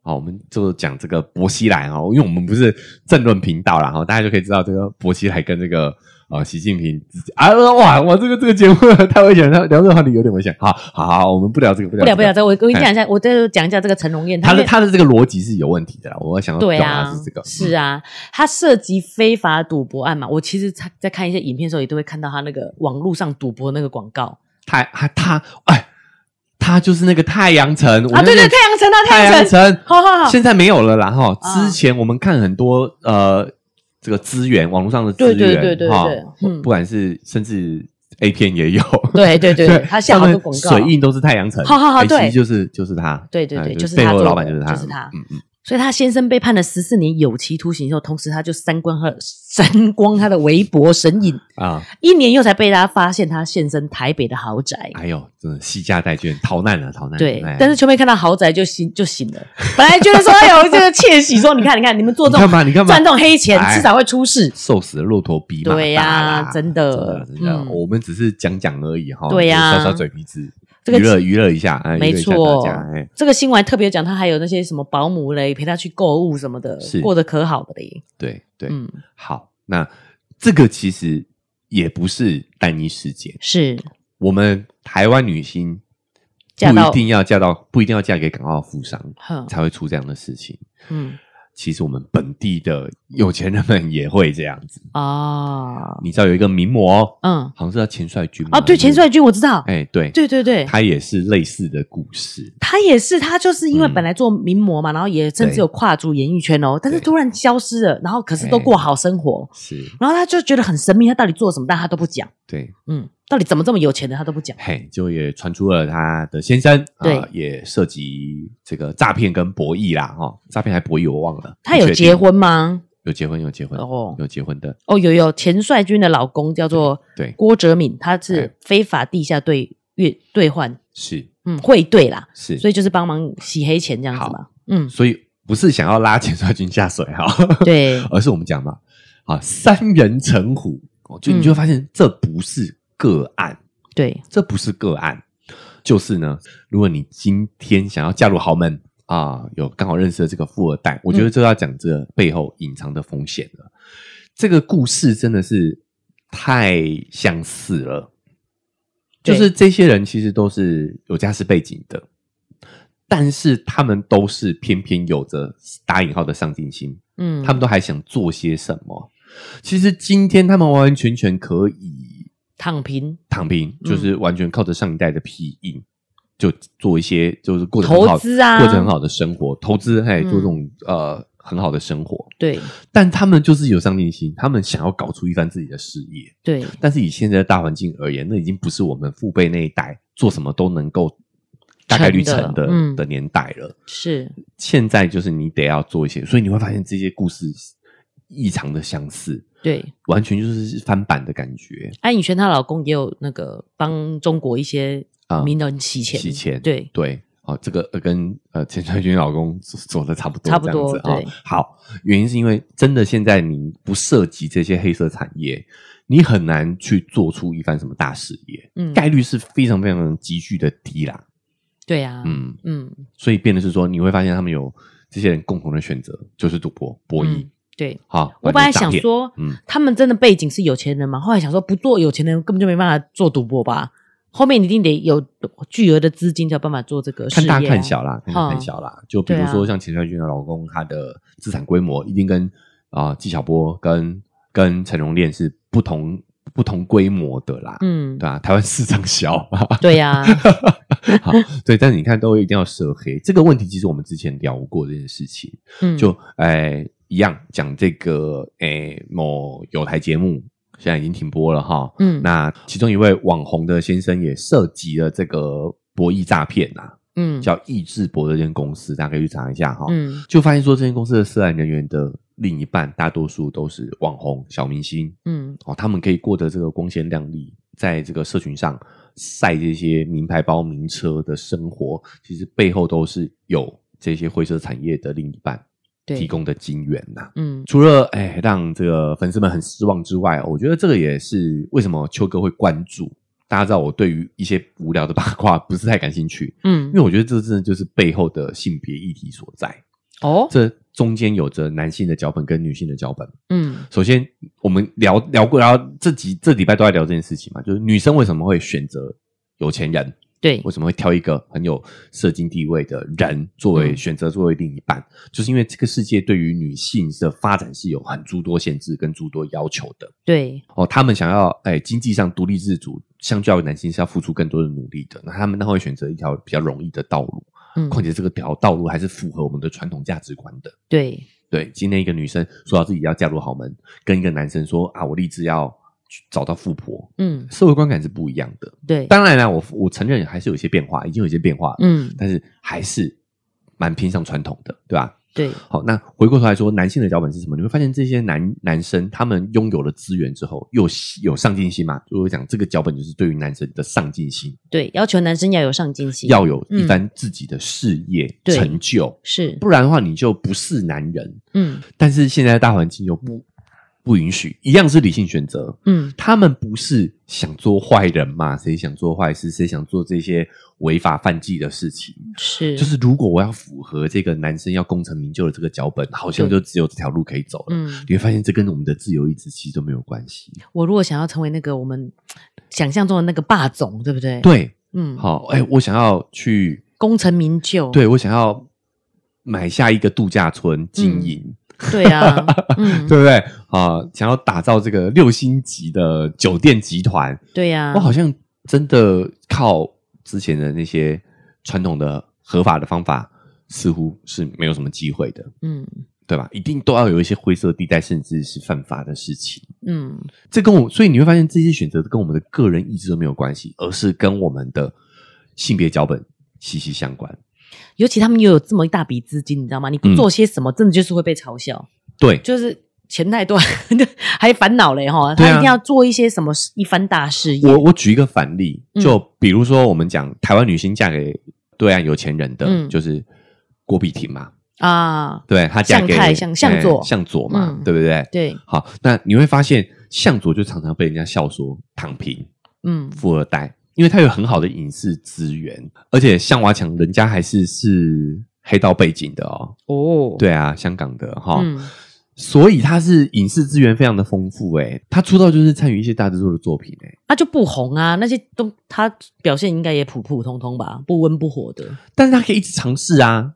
[SPEAKER 1] 好，我们就讲这个薄熙来哈，因为我们不是政论频道啦哈，大家就可以知道这个薄熙来跟这个呃习近平之间啊哇哇这个这个节目 <laughs> 太危险了，聊这个话题有点危险。好好好，我们不聊这个，不聊
[SPEAKER 2] 不了
[SPEAKER 1] 这
[SPEAKER 2] 不
[SPEAKER 1] 个
[SPEAKER 2] 了，再我我跟你讲一下，我再讲一下这个陈荣燕，
[SPEAKER 1] 哎他的
[SPEAKER 2] 因为
[SPEAKER 1] 他的这个逻辑是有问题的啦，我想要表
[SPEAKER 2] 对
[SPEAKER 1] 达
[SPEAKER 2] 啊
[SPEAKER 1] 是这个，嗯
[SPEAKER 2] 是啊，他涉及非法赌博案嘛。我其实在在看一些影片的时候，也都会看到他那个网络上赌博那个广告
[SPEAKER 1] 太他他哎，他就是那个太阳城
[SPEAKER 2] 啊，对对，太阳城啊，
[SPEAKER 1] 太
[SPEAKER 2] 阳
[SPEAKER 1] 阳
[SPEAKER 2] 城，
[SPEAKER 1] 城，
[SPEAKER 2] 好好好，
[SPEAKER 1] 现在没有了啦哈。
[SPEAKER 2] 啊
[SPEAKER 1] 之前我们看很多呃这个资源，网络上的资
[SPEAKER 2] 对
[SPEAKER 1] 源，
[SPEAKER 2] 对对对
[SPEAKER 1] 哈
[SPEAKER 2] 对，嗯
[SPEAKER 1] 不，管是甚至 A 片也有，
[SPEAKER 2] 对
[SPEAKER 1] <laughs>
[SPEAKER 2] 对对，他下
[SPEAKER 1] 上
[SPEAKER 2] 好多
[SPEAKER 1] 面
[SPEAKER 2] 广告，啊
[SPEAKER 1] 水印都是太阳城，
[SPEAKER 2] 好好好
[SPEAKER 1] 哎其实
[SPEAKER 2] 对
[SPEAKER 1] 就是就是他，
[SPEAKER 2] 对对
[SPEAKER 1] 哎
[SPEAKER 2] 对就是
[SPEAKER 1] 背
[SPEAKER 2] 他
[SPEAKER 1] 后的
[SPEAKER 2] 做
[SPEAKER 1] 老
[SPEAKER 2] 的
[SPEAKER 1] 板就是
[SPEAKER 2] 就是他
[SPEAKER 1] 嗯嗯，
[SPEAKER 2] 所以他先生被判了十四年有期徒刑之后，同时他就删光他删光他的微博神隐，
[SPEAKER 1] 啊，
[SPEAKER 2] 一年又才被大家发现他现身台北的豪宅。
[SPEAKER 1] 哎呦，真的惜家带眷，逃难了，逃难，
[SPEAKER 2] 对
[SPEAKER 1] 哎，
[SPEAKER 2] 但是秋妹看到豪宅就醒就醒了，本来觉得说，哎呦，这个窃喜，说你看你看，你们做
[SPEAKER 1] 你
[SPEAKER 2] 这种
[SPEAKER 1] 干嘛？你干嘛
[SPEAKER 2] <laughs> 赚这种黑钱，
[SPEAKER 1] 哎
[SPEAKER 2] 迟早会出事。
[SPEAKER 1] 瘦死的骆驼比马大啦
[SPEAKER 2] 对呀真的
[SPEAKER 1] 真的真的
[SPEAKER 2] 嗯
[SPEAKER 1] 我们只是讲讲而已哈，
[SPEAKER 2] 对呀
[SPEAKER 1] 就是刷刷嘴皮子，
[SPEAKER 2] 这个
[SPEAKER 1] 娱乐娱乐一下，哎
[SPEAKER 2] 没
[SPEAKER 1] 娱乐一
[SPEAKER 2] 错
[SPEAKER 1] 下大家哎，
[SPEAKER 2] 这个新闻还特别讲，他还有那些什么保姆嘞，陪他去购物什么的，
[SPEAKER 1] 是
[SPEAKER 2] 过得可好的嘞。
[SPEAKER 1] 对对，
[SPEAKER 2] 嗯，
[SPEAKER 1] 好，那这个其实也不是单一事件，
[SPEAKER 2] 是
[SPEAKER 1] 我们台湾女星不
[SPEAKER 2] 嫁到
[SPEAKER 1] 一定要嫁到，不一定要嫁给港澳富商
[SPEAKER 2] 哼，
[SPEAKER 1] 才会出这样的事情。
[SPEAKER 2] 嗯，
[SPEAKER 1] 其实我们本地的有钱人们也会这样子。
[SPEAKER 2] 哦，
[SPEAKER 1] 你知道有一个名模，哦
[SPEAKER 2] 嗯，
[SPEAKER 1] 好像是叫钱帅军吗
[SPEAKER 2] 哦，对，钱，帅军我知道，
[SPEAKER 1] 嗯哎，对，
[SPEAKER 2] 对对对，
[SPEAKER 1] 他也是类似的故事。
[SPEAKER 2] 他也是，他就是因为
[SPEAKER 1] 嗯
[SPEAKER 2] 本来做名模嘛，然后也甚至有跨足演艺圈哦，但是
[SPEAKER 1] 对哎
[SPEAKER 2] 突然消失了，然后可是都过好生活，
[SPEAKER 1] 是
[SPEAKER 2] 然后他就觉得很神秘，他到底做什么，但他都不讲，
[SPEAKER 1] 对，
[SPEAKER 2] 嗯，到底怎么这么有钱的他都不讲，
[SPEAKER 1] 嘿，就也传出了他的先生，
[SPEAKER 2] 对
[SPEAKER 1] 啊也涉及这个诈骗跟博弈啦，哦，诈骗还博弈我忘了。
[SPEAKER 2] 他
[SPEAKER 1] 不
[SPEAKER 2] 有
[SPEAKER 1] 确定
[SPEAKER 2] 结，婚吗？
[SPEAKER 1] 有结婚，有结婚，
[SPEAKER 2] 哦
[SPEAKER 1] 有结婚的，
[SPEAKER 2] 哦，有有，钱帅军的老公叫做
[SPEAKER 1] 对，
[SPEAKER 2] 郭哲敏，他
[SPEAKER 1] 哎
[SPEAKER 2] 是非法地下兑兑兑换，
[SPEAKER 1] 是
[SPEAKER 2] 嗯，汇兑啦，
[SPEAKER 1] 是，
[SPEAKER 2] 所
[SPEAKER 1] 所以
[SPEAKER 2] 以就是帮忙洗黑钱这样子嘛，嗯，
[SPEAKER 1] 不是想要拉钱帅军下水哈，
[SPEAKER 2] 对，
[SPEAKER 1] 而是我们讲嘛，啊，三人成虎，哦，就你
[SPEAKER 2] 嗯
[SPEAKER 1] 就会发现这不是个案，
[SPEAKER 2] 对，
[SPEAKER 1] 这不是个案，就是呢，如果你今天想要嫁入豪门啊，有刚好认识了这个富二代，我觉
[SPEAKER 2] 嗯
[SPEAKER 1] 得这要讲这背后隐藏的风险了。这个故事真的是太相似了，就
[SPEAKER 2] 对
[SPEAKER 1] 是这些人其实都是有家世背景的，但是他们都是偏偏有着打引号的上进心，
[SPEAKER 2] 嗯，
[SPEAKER 1] 他们都还想做些什么。其实今天他们完完全全可以
[SPEAKER 2] 躺平，
[SPEAKER 1] 躺平，
[SPEAKER 2] 嗯
[SPEAKER 1] 就是完全靠着上一代的皮影，就做一些就是过得很好
[SPEAKER 2] 投资啊
[SPEAKER 1] 过着很好的生活，投资哎，
[SPEAKER 2] 嗯
[SPEAKER 1] 做这种、呃很好的生活。
[SPEAKER 2] 对
[SPEAKER 1] 但他们就是有上进心，他们想要搞出一番自己的事业。
[SPEAKER 2] 对，
[SPEAKER 1] 但是以现在的大环境而言，那已经不是我们父辈那一代做什么都能够大概率成
[SPEAKER 2] 成
[SPEAKER 1] 的
[SPEAKER 2] 的嗯
[SPEAKER 1] 的年代了。
[SPEAKER 2] 是，
[SPEAKER 1] 现在就是你得要做一些，所以你会发现这些故事异常的相似，
[SPEAKER 2] 对，
[SPEAKER 1] 完全就是翻版的感觉。
[SPEAKER 2] 安以轩她老公也有那个帮中国一些
[SPEAKER 1] 啊
[SPEAKER 2] 名人洗钱，
[SPEAKER 1] 洗钱
[SPEAKER 2] 对，
[SPEAKER 1] 对，哦，这个呃跟呃钱帅军老公做做的差不多，
[SPEAKER 2] 差不多
[SPEAKER 1] 这样子
[SPEAKER 2] 对
[SPEAKER 1] 哦。好，原因是因为真的现在你不涉及这些黑色产业，你很难去做出一番什么大事业，
[SPEAKER 2] 嗯，
[SPEAKER 1] 概率是非常非常急剧的低啦。
[SPEAKER 2] 对啊，嗯
[SPEAKER 1] 嗯，所以变的是说，你会发现他们有这些人共同的选择就是赌博、博弈。
[SPEAKER 2] 嗯对
[SPEAKER 1] 好，
[SPEAKER 2] 我
[SPEAKER 1] 不然
[SPEAKER 2] 本
[SPEAKER 1] 就
[SPEAKER 2] 来
[SPEAKER 1] 是
[SPEAKER 2] 想
[SPEAKER 1] 诈骗，
[SPEAKER 2] 说，
[SPEAKER 1] 嗯，
[SPEAKER 2] 他们真的背景是有钱人嘛，后来想说不做有钱人根本就没办法做赌博吧，后面一定得有巨额的资金才有办法做这个事
[SPEAKER 1] 看
[SPEAKER 2] 业、啊，
[SPEAKER 1] 大看小啦，看大看
[SPEAKER 2] 嗯
[SPEAKER 1] 小啦。就比如
[SPEAKER 2] 对啊
[SPEAKER 1] 说像钱帅军的老公，他的资产规模一定跟啊、纪晓波跟跟陈荣炼是不同不同规模的啦。
[SPEAKER 2] 嗯，
[SPEAKER 1] 对啊，台湾市场小嘛。
[SPEAKER 2] 对啊呀、
[SPEAKER 1] <laughs> 好，对，但是你看，都一定要涉黑这个问题，其实我们之前聊过这件事情，
[SPEAKER 2] 嗯，
[SPEAKER 1] 就哎、一样讲这个哎、某有台节目现在已经停播了哈，
[SPEAKER 2] 嗯
[SPEAKER 1] 那其中一位网红的先生也涉及了这个博弈诈骗啊呐、
[SPEAKER 2] 嗯
[SPEAKER 1] 叫易智博这间公司，大家可以去查一下哈。
[SPEAKER 2] 嗯
[SPEAKER 1] 就发现说，这间公司的涉案人员的另一半，大多数都是网红、小明星
[SPEAKER 2] 嗯
[SPEAKER 1] 哦，他们可以过得这个光鲜亮丽，在这个社群上晒这些名牌包、名车的生活，其实背后都是有这些灰色产业的另一半
[SPEAKER 2] 对
[SPEAKER 1] 提供的金源呐、
[SPEAKER 2] 嗯
[SPEAKER 1] 除了哎让这个粉丝们很失望之外，我觉得这个也是为什么秋哥会关注。大家知道我对于一些无聊的八卦不是太感兴趣，因
[SPEAKER 2] 嗯
[SPEAKER 1] 为我觉得这真的就是背后的性别议题所在。
[SPEAKER 2] 哦
[SPEAKER 1] 这中间有着男性的脚本跟女性的脚本。
[SPEAKER 2] 嗯
[SPEAKER 1] 首先，我们聊聊过，然后这几这礼拜都在聊这件事情嘛，就是女生为什么会选择有钱人，
[SPEAKER 2] 对
[SPEAKER 1] 为什么会挑一个很有社经地位的人作为
[SPEAKER 2] 嗯
[SPEAKER 1] 选择作为另一半，就是因为这个世界对于女性的发展是有很诸多限制跟诸多要求的。
[SPEAKER 2] 对
[SPEAKER 1] 哦，他们想要哎经济上独立自主，相较于男性是要付出更多的努力的，那他们那会选择一条比较容易的道路，
[SPEAKER 2] 嗯
[SPEAKER 1] 况且这个条道路还是符合我们的传统价值观的。
[SPEAKER 2] 对
[SPEAKER 1] 对，今天一个女生说到自己要嫁入豪门，跟一个男生说啊，我立志要去找到富婆，
[SPEAKER 2] 嗯
[SPEAKER 1] 社会观感是不一样的。
[SPEAKER 2] 对
[SPEAKER 1] 当然啦，我我承认还是有一些变化，已经有一些变化了，
[SPEAKER 2] 嗯
[SPEAKER 1] 但是还是蛮偏向传统的，对吧？
[SPEAKER 2] 对
[SPEAKER 1] 好，那回过头来说，男性的脚本是什么？你会发现这些男男生他们拥有了资源之后，又有上进心嘛？就会讲这个脚本就是对于男生的上进心，
[SPEAKER 2] 对，要求男生要有上进心，
[SPEAKER 1] 要有一
[SPEAKER 2] 嗯
[SPEAKER 1] 番自己的事业
[SPEAKER 2] 对
[SPEAKER 1] 成就，
[SPEAKER 2] 是
[SPEAKER 1] 不然的话你就不是男人。
[SPEAKER 2] 嗯
[SPEAKER 1] 但是现在的大环境又不不允许，一样是理性选择。
[SPEAKER 2] 嗯
[SPEAKER 1] 他们不是想做坏人嘛？谁想做坏事？谁想做这些违法犯纪的事情？
[SPEAKER 2] 是
[SPEAKER 1] 就是如果我要符合这个男生要功成名就的这个脚本，好像就只有这条路可以走了。
[SPEAKER 2] 嗯，
[SPEAKER 1] 你会发现，这跟我们的自由意志其实都没有关系。
[SPEAKER 2] 我如果想要成为那个我们想象中的那个霸总，对不对？，
[SPEAKER 1] 对，
[SPEAKER 2] 嗯，
[SPEAKER 1] 好，哎，我想要去，
[SPEAKER 2] 功成名就，
[SPEAKER 1] 对我想要买下一个度假村经营，
[SPEAKER 2] 对
[SPEAKER 1] <laughs>
[SPEAKER 2] 啊，嗯，
[SPEAKER 1] 对不对？啊、想要打造这个六星级的酒店集团，
[SPEAKER 2] 对啊呀、
[SPEAKER 1] 我好像真的靠之前的那些传统的合法的方法，似乎是没有什么机会的，
[SPEAKER 2] 嗯
[SPEAKER 1] 对吧？一定都要有一些灰色地带，甚至是犯法的事情。
[SPEAKER 2] 嗯，
[SPEAKER 1] 这跟我，所以你会发现这些选择跟我们的个人意志都没有关系，而是跟我们的性别脚本息息相关。
[SPEAKER 2] 尤其他们又有这么一大笔资金，你知道吗？你不
[SPEAKER 1] 嗯
[SPEAKER 2] 做些什么，真的就是会被嘲笑，
[SPEAKER 1] 对，
[SPEAKER 2] 就是钱太多， <laughs> 还烦恼嘞哈。
[SPEAKER 1] 对
[SPEAKER 2] 他
[SPEAKER 1] 啊
[SPEAKER 2] 一定要做一些什么一番大事业。
[SPEAKER 1] 我我举一个反例，
[SPEAKER 2] 嗯
[SPEAKER 1] 就比如说我们讲台湾女星嫁给对岸有钱人的，
[SPEAKER 2] 嗯
[SPEAKER 1] 就是郭碧婷嘛，
[SPEAKER 2] 啊，
[SPEAKER 1] 对她嫁给
[SPEAKER 2] 向太向向佐
[SPEAKER 1] 哎向佐嘛，
[SPEAKER 2] 嗯
[SPEAKER 1] 对不对？
[SPEAKER 2] 对，
[SPEAKER 1] 好，那你会发现向佐就常常被人家笑说躺平
[SPEAKER 2] 嗯
[SPEAKER 1] 富二代，因为他有很好的影视资源，而且向华强人家还是是黑道背景的哦，
[SPEAKER 2] 哦，，
[SPEAKER 1] 对啊，香港的哈、
[SPEAKER 2] 嗯
[SPEAKER 1] 所以他是影视资源非常的丰富诶、他出道就是参与一些大制作的作品诶、欸
[SPEAKER 2] 他就不红啊，那些都他表现应该也普普通通吧，不温不火的。
[SPEAKER 1] 但是他可以一直尝试啊。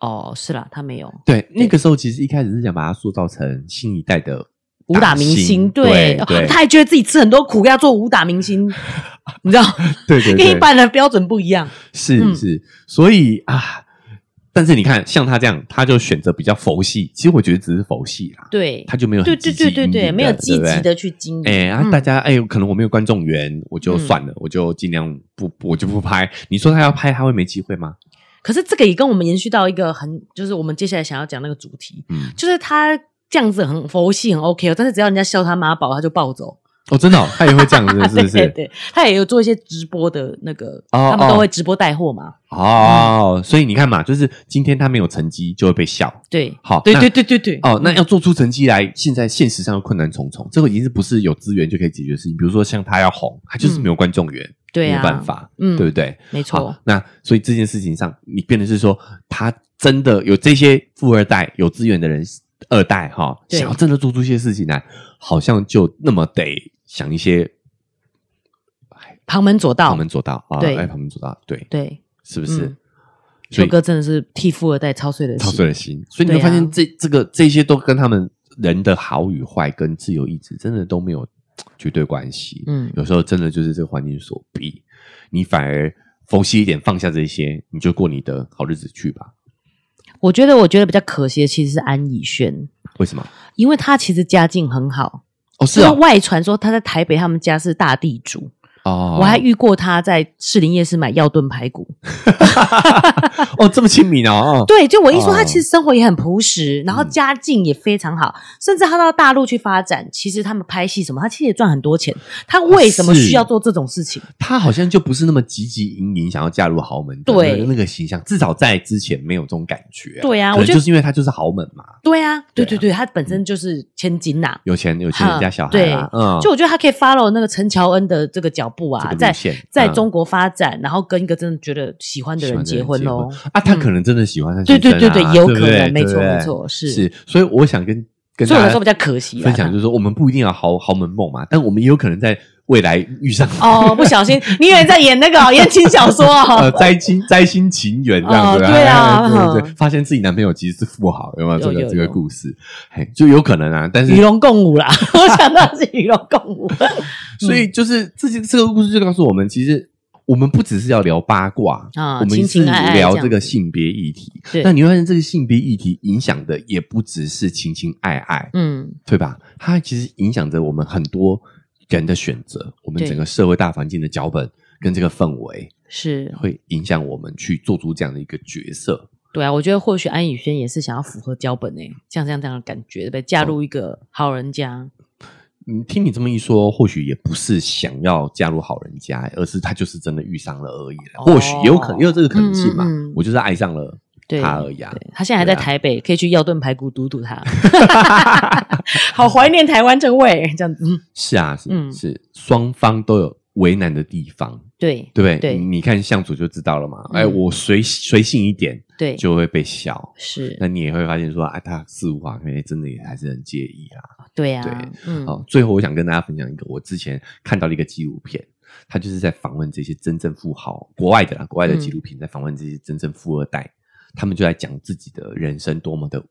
[SPEAKER 2] 哦，是啦，他没有
[SPEAKER 1] 对，那个时候其实一开始是想把他塑造成新一代的
[SPEAKER 2] 武打明星，
[SPEAKER 1] 对
[SPEAKER 2] 对，
[SPEAKER 1] 对
[SPEAKER 2] 哦他还觉得自己吃很多苦，要做武打
[SPEAKER 1] <laughs>
[SPEAKER 2] 明星，你知道，
[SPEAKER 1] 对对
[SPEAKER 2] 跟一
[SPEAKER 1] 对，
[SPEAKER 2] 般的标准不一样。
[SPEAKER 1] 是、
[SPEAKER 2] 嗯
[SPEAKER 1] 是，所以啊，但是你看，像他这样，他就选择比较佛系。其实我觉得只是佛系啦，
[SPEAKER 2] 对，
[SPEAKER 1] 他就没有很
[SPEAKER 2] 对
[SPEAKER 1] 积
[SPEAKER 2] 对
[SPEAKER 1] 极
[SPEAKER 2] 对对
[SPEAKER 1] 营
[SPEAKER 2] 对，
[SPEAKER 1] 营
[SPEAKER 2] 没有
[SPEAKER 1] 的
[SPEAKER 2] 积
[SPEAKER 1] 不对
[SPEAKER 2] 极的去经营。
[SPEAKER 1] 哎、啊，
[SPEAKER 2] 嗯
[SPEAKER 1] 大家哎、可能我没有观众缘，我就
[SPEAKER 2] 嗯
[SPEAKER 1] 算了，我就尽量不，不我就不拍。你说他要拍，他会没机会吗？
[SPEAKER 2] 可是这个也跟我们延续到一个很，就是我们接下来想要讲那个主题，
[SPEAKER 1] 嗯，
[SPEAKER 2] 就是他这样子很佛系很 OK 哦，但是只要人家笑他妈宝，他就暴走。
[SPEAKER 1] 哦，真的哦、他也会这样子，是不
[SPEAKER 2] <laughs> 对
[SPEAKER 1] 是？
[SPEAKER 2] 对，他也有做一些直播的那个，
[SPEAKER 1] 哦
[SPEAKER 2] 他们
[SPEAKER 1] 哦
[SPEAKER 2] 都会直播带货嘛。
[SPEAKER 1] 哦，所以你看嘛，就是今天他没有成绩，就会被笑。
[SPEAKER 2] 对，
[SPEAKER 1] 好
[SPEAKER 2] 对
[SPEAKER 1] 那
[SPEAKER 2] 对对对对。
[SPEAKER 1] 哦，那要做出成绩来，现在现实上又困难重重，这个已经是不是有资源就可以解决的事情。比如说像他要红，他就是没有观众缘，
[SPEAKER 2] 嗯对啊
[SPEAKER 1] 没有办法，
[SPEAKER 2] 嗯
[SPEAKER 1] 对不对？
[SPEAKER 2] 没
[SPEAKER 1] 好
[SPEAKER 2] 错，，
[SPEAKER 1] 那所以这件事情上，你变的是说，他真的有这些富二代、有资源的人，二代哈、
[SPEAKER 2] 对
[SPEAKER 1] 想要真的做出一些事情来，好像就那么得想一些
[SPEAKER 2] 旁门左道，
[SPEAKER 1] 旁门左道啊，
[SPEAKER 2] 对
[SPEAKER 1] 哎，旁门左道，对，
[SPEAKER 2] 对，
[SPEAKER 1] 是不是？
[SPEAKER 2] 嗯
[SPEAKER 1] 所
[SPEAKER 2] 秋
[SPEAKER 1] 以
[SPEAKER 2] 哥真的是替富二代操碎了
[SPEAKER 1] 操
[SPEAKER 2] 心。
[SPEAKER 1] 碎了心，所以你会
[SPEAKER 2] 对啊
[SPEAKER 1] 发现这、这个这些都跟他们人的好与坏跟自由意志真的都没有绝对关系。
[SPEAKER 2] 嗯
[SPEAKER 1] 有时候真的就是这个环境所逼，你反而佛系一点，放下这些，你就过你的好日子去吧。
[SPEAKER 2] 我觉得，我觉得比较可惜的其实是安以轩，
[SPEAKER 1] 为什么？
[SPEAKER 2] 因为他其实家境很好，
[SPEAKER 1] 哦，是
[SPEAKER 2] 就
[SPEAKER 1] 啊，
[SPEAKER 2] 外传说他在台北他们家是大地主，
[SPEAKER 1] 哦，
[SPEAKER 2] 我还遇过他在士林夜市买药炖排骨。
[SPEAKER 1] 哦这么亲民哦，哦
[SPEAKER 2] 对，就我一说，
[SPEAKER 1] 哦
[SPEAKER 2] 他其实生活也很朴实，然后家境也非常
[SPEAKER 1] 嗯
[SPEAKER 2] 好，甚至他到大陆去发展，其实他们拍戏什么，他其实也赚很多钱。他为什么
[SPEAKER 1] 哦是
[SPEAKER 2] 需要做这种事情？
[SPEAKER 1] 他好像就不是那么汲汲营营想要嫁入豪门的
[SPEAKER 2] 对
[SPEAKER 1] 那个那个形象，至少在之前没有这种感觉。
[SPEAKER 2] 对啊
[SPEAKER 1] 可能
[SPEAKER 2] 我觉得
[SPEAKER 1] 就是因为他就是豪门嘛，
[SPEAKER 2] 对啊，对
[SPEAKER 1] 对
[SPEAKER 2] 对
[SPEAKER 1] 啊
[SPEAKER 2] 对，他本身就是千金呐、
[SPEAKER 1] 有钱有钱人家小孩啦，嗯，
[SPEAKER 2] 就我觉得他可以 follow 那个陈乔恩的这个脚步啊，
[SPEAKER 1] 这个路
[SPEAKER 2] 在
[SPEAKER 1] 线
[SPEAKER 2] 在
[SPEAKER 1] 嗯
[SPEAKER 2] 中国发展，然后跟一个真的觉得喜欢的
[SPEAKER 1] 喜
[SPEAKER 2] 人
[SPEAKER 1] 欢
[SPEAKER 2] 结婚喽。
[SPEAKER 1] 啊，他可能真的喜欢上
[SPEAKER 2] 嗯对
[SPEAKER 1] 先生啊、
[SPEAKER 2] 对对对有
[SPEAKER 1] 不
[SPEAKER 2] 可能没
[SPEAKER 1] 对不
[SPEAKER 2] 错
[SPEAKER 1] 对
[SPEAKER 2] 没错是
[SPEAKER 1] 是，所以我想跟跟
[SPEAKER 2] 所以
[SPEAKER 1] 大
[SPEAKER 2] 我
[SPEAKER 1] 家
[SPEAKER 2] 说比较啊可惜啦
[SPEAKER 1] 分享，就是说我们不一定要豪豪门梦嘛，但我们也有可能在未来遇上
[SPEAKER 2] <laughs> 哦，不小心，你以为在演那
[SPEAKER 1] <laughs>
[SPEAKER 2] 个、哦、言情小说、
[SPEAKER 1] 呃
[SPEAKER 2] 哦？
[SPEAKER 1] 灾星灾星情缘这样子，
[SPEAKER 2] 哦对啊
[SPEAKER 1] 哎 <laughs> 对对对，
[SPEAKER 2] 嗯
[SPEAKER 1] 发现自己男朋友其实是富豪，有没有
[SPEAKER 2] 有
[SPEAKER 1] 这个
[SPEAKER 2] 有
[SPEAKER 1] 这个
[SPEAKER 2] 有嗯
[SPEAKER 1] 故事？嘿，就有可能啊，但是
[SPEAKER 2] 与龙共舞啦， <laughs> 我想到的是与龙共
[SPEAKER 1] <laughs>
[SPEAKER 2] 舞。
[SPEAKER 1] 所以就是这些这个故事就告诉我们，其实我们不只是要聊八卦
[SPEAKER 2] 啊
[SPEAKER 1] 我们
[SPEAKER 2] 情
[SPEAKER 1] 是
[SPEAKER 2] 情爱爱
[SPEAKER 1] 聊
[SPEAKER 2] 这样
[SPEAKER 1] 这个
[SPEAKER 2] 子
[SPEAKER 1] 性别议题。
[SPEAKER 2] 对
[SPEAKER 1] 那你会发现这个性别议题影响的也不只是情情爱爱，
[SPEAKER 2] 嗯，
[SPEAKER 1] 对吧？它其实影响着我们很多人的选择，我们
[SPEAKER 2] 对
[SPEAKER 1] 整个社会大环境的脚本跟这个氛围，
[SPEAKER 2] 是
[SPEAKER 1] 会影响我们去做出这样的一个角色。
[SPEAKER 2] 对啊，我觉得或许安以轩也是想要符合脚本诶、欸像这样这样的感觉，对不对？嫁入一个好人家，
[SPEAKER 1] 你嗯听你这么一说，或许也不是想要嫁入好人家，而是他就是真的遇上了而已啦。
[SPEAKER 2] 哦
[SPEAKER 1] 或许也有可能，也有这个可能性嘛。
[SPEAKER 2] 嗯嗯嗯
[SPEAKER 1] 我就是爱上了
[SPEAKER 2] 对
[SPEAKER 1] 他而已啊。
[SPEAKER 2] 对他现在还在
[SPEAKER 1] 对啊
[SPEAKER 2] 台北，可以去药炖排骨堵
[SPEAKER 1] <laughs>
[SPEAKER 2] 堵他， <laughs> 好怀念台湾这个味，这样子。嗯
[SPEAKER 1] 是啊，是、
[SPEAKER 2] 嗯
[SPEAKER 1] 是，双方都有为难的地方，
[SPEAKER 2] 对
[SPEAKER 1] 对不对？
[SPEAKER 2] 对
[SPEAKER 1] 你你看相主就知道了嘛。
[SPEAKER 2] 嗯
[SPEAKER 1] 哎，我随随性一点
[SPEAKER 2] 对，
[SPEAKER 1] 就会被笑。
[SPEAKER 2] 是
[SPEAKER 1] 那你也会发现说，啊，他似乎啊，可能真的也还是很介意啊。
[SPEAKER 2] 对啊，
[SPEAKER 1] 对
[SPEAKER 2] 嗯，
[SPEAKER 1] 好、最后我想跟大家分享一个我之前看到的一个纪录片，他
[SPEAKER 2] 嗯
[SPEAKER 1] 就是在访问这些真正富豪，国外的啦，国外的纪录片在访问这些真正富二代，他们就在讲自己的人生多么的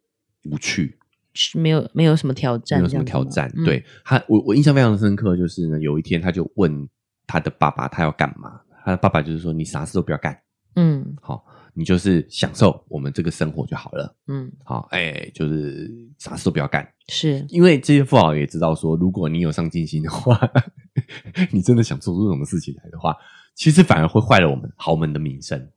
[SPEAKER 1] 无趣，
[SPEAKER 2] 是没有没有什么嗯挑战，
[SPEAKER 1] 没有什么
[SPEAKER 2] 这
[SPEAKER 1] 挑
[SPEAKER 2] 样子吗
[SPEAKER 1] 战。，对他，我我印象非常深刻，就是呢，有一天他就问他的爸爸他要干嘛，他的爸爸就是说你啥事都不要干，
[SPEAKER 2] 嗯
[SPEAKER 1] 好，你就是享受我们这个生活就好了，
[SPEAKER 2] 嗯，
[SPEAKER 1] 好，哎、就是啥事都不要干，
[SPEAKER 2] 是
[SPEAKER 1] 因为这些富豪也知道说，如果你有上进心的话， <laughs> 你真的想做出什么事情来的话，其实反而会坏了我们豪门的名声。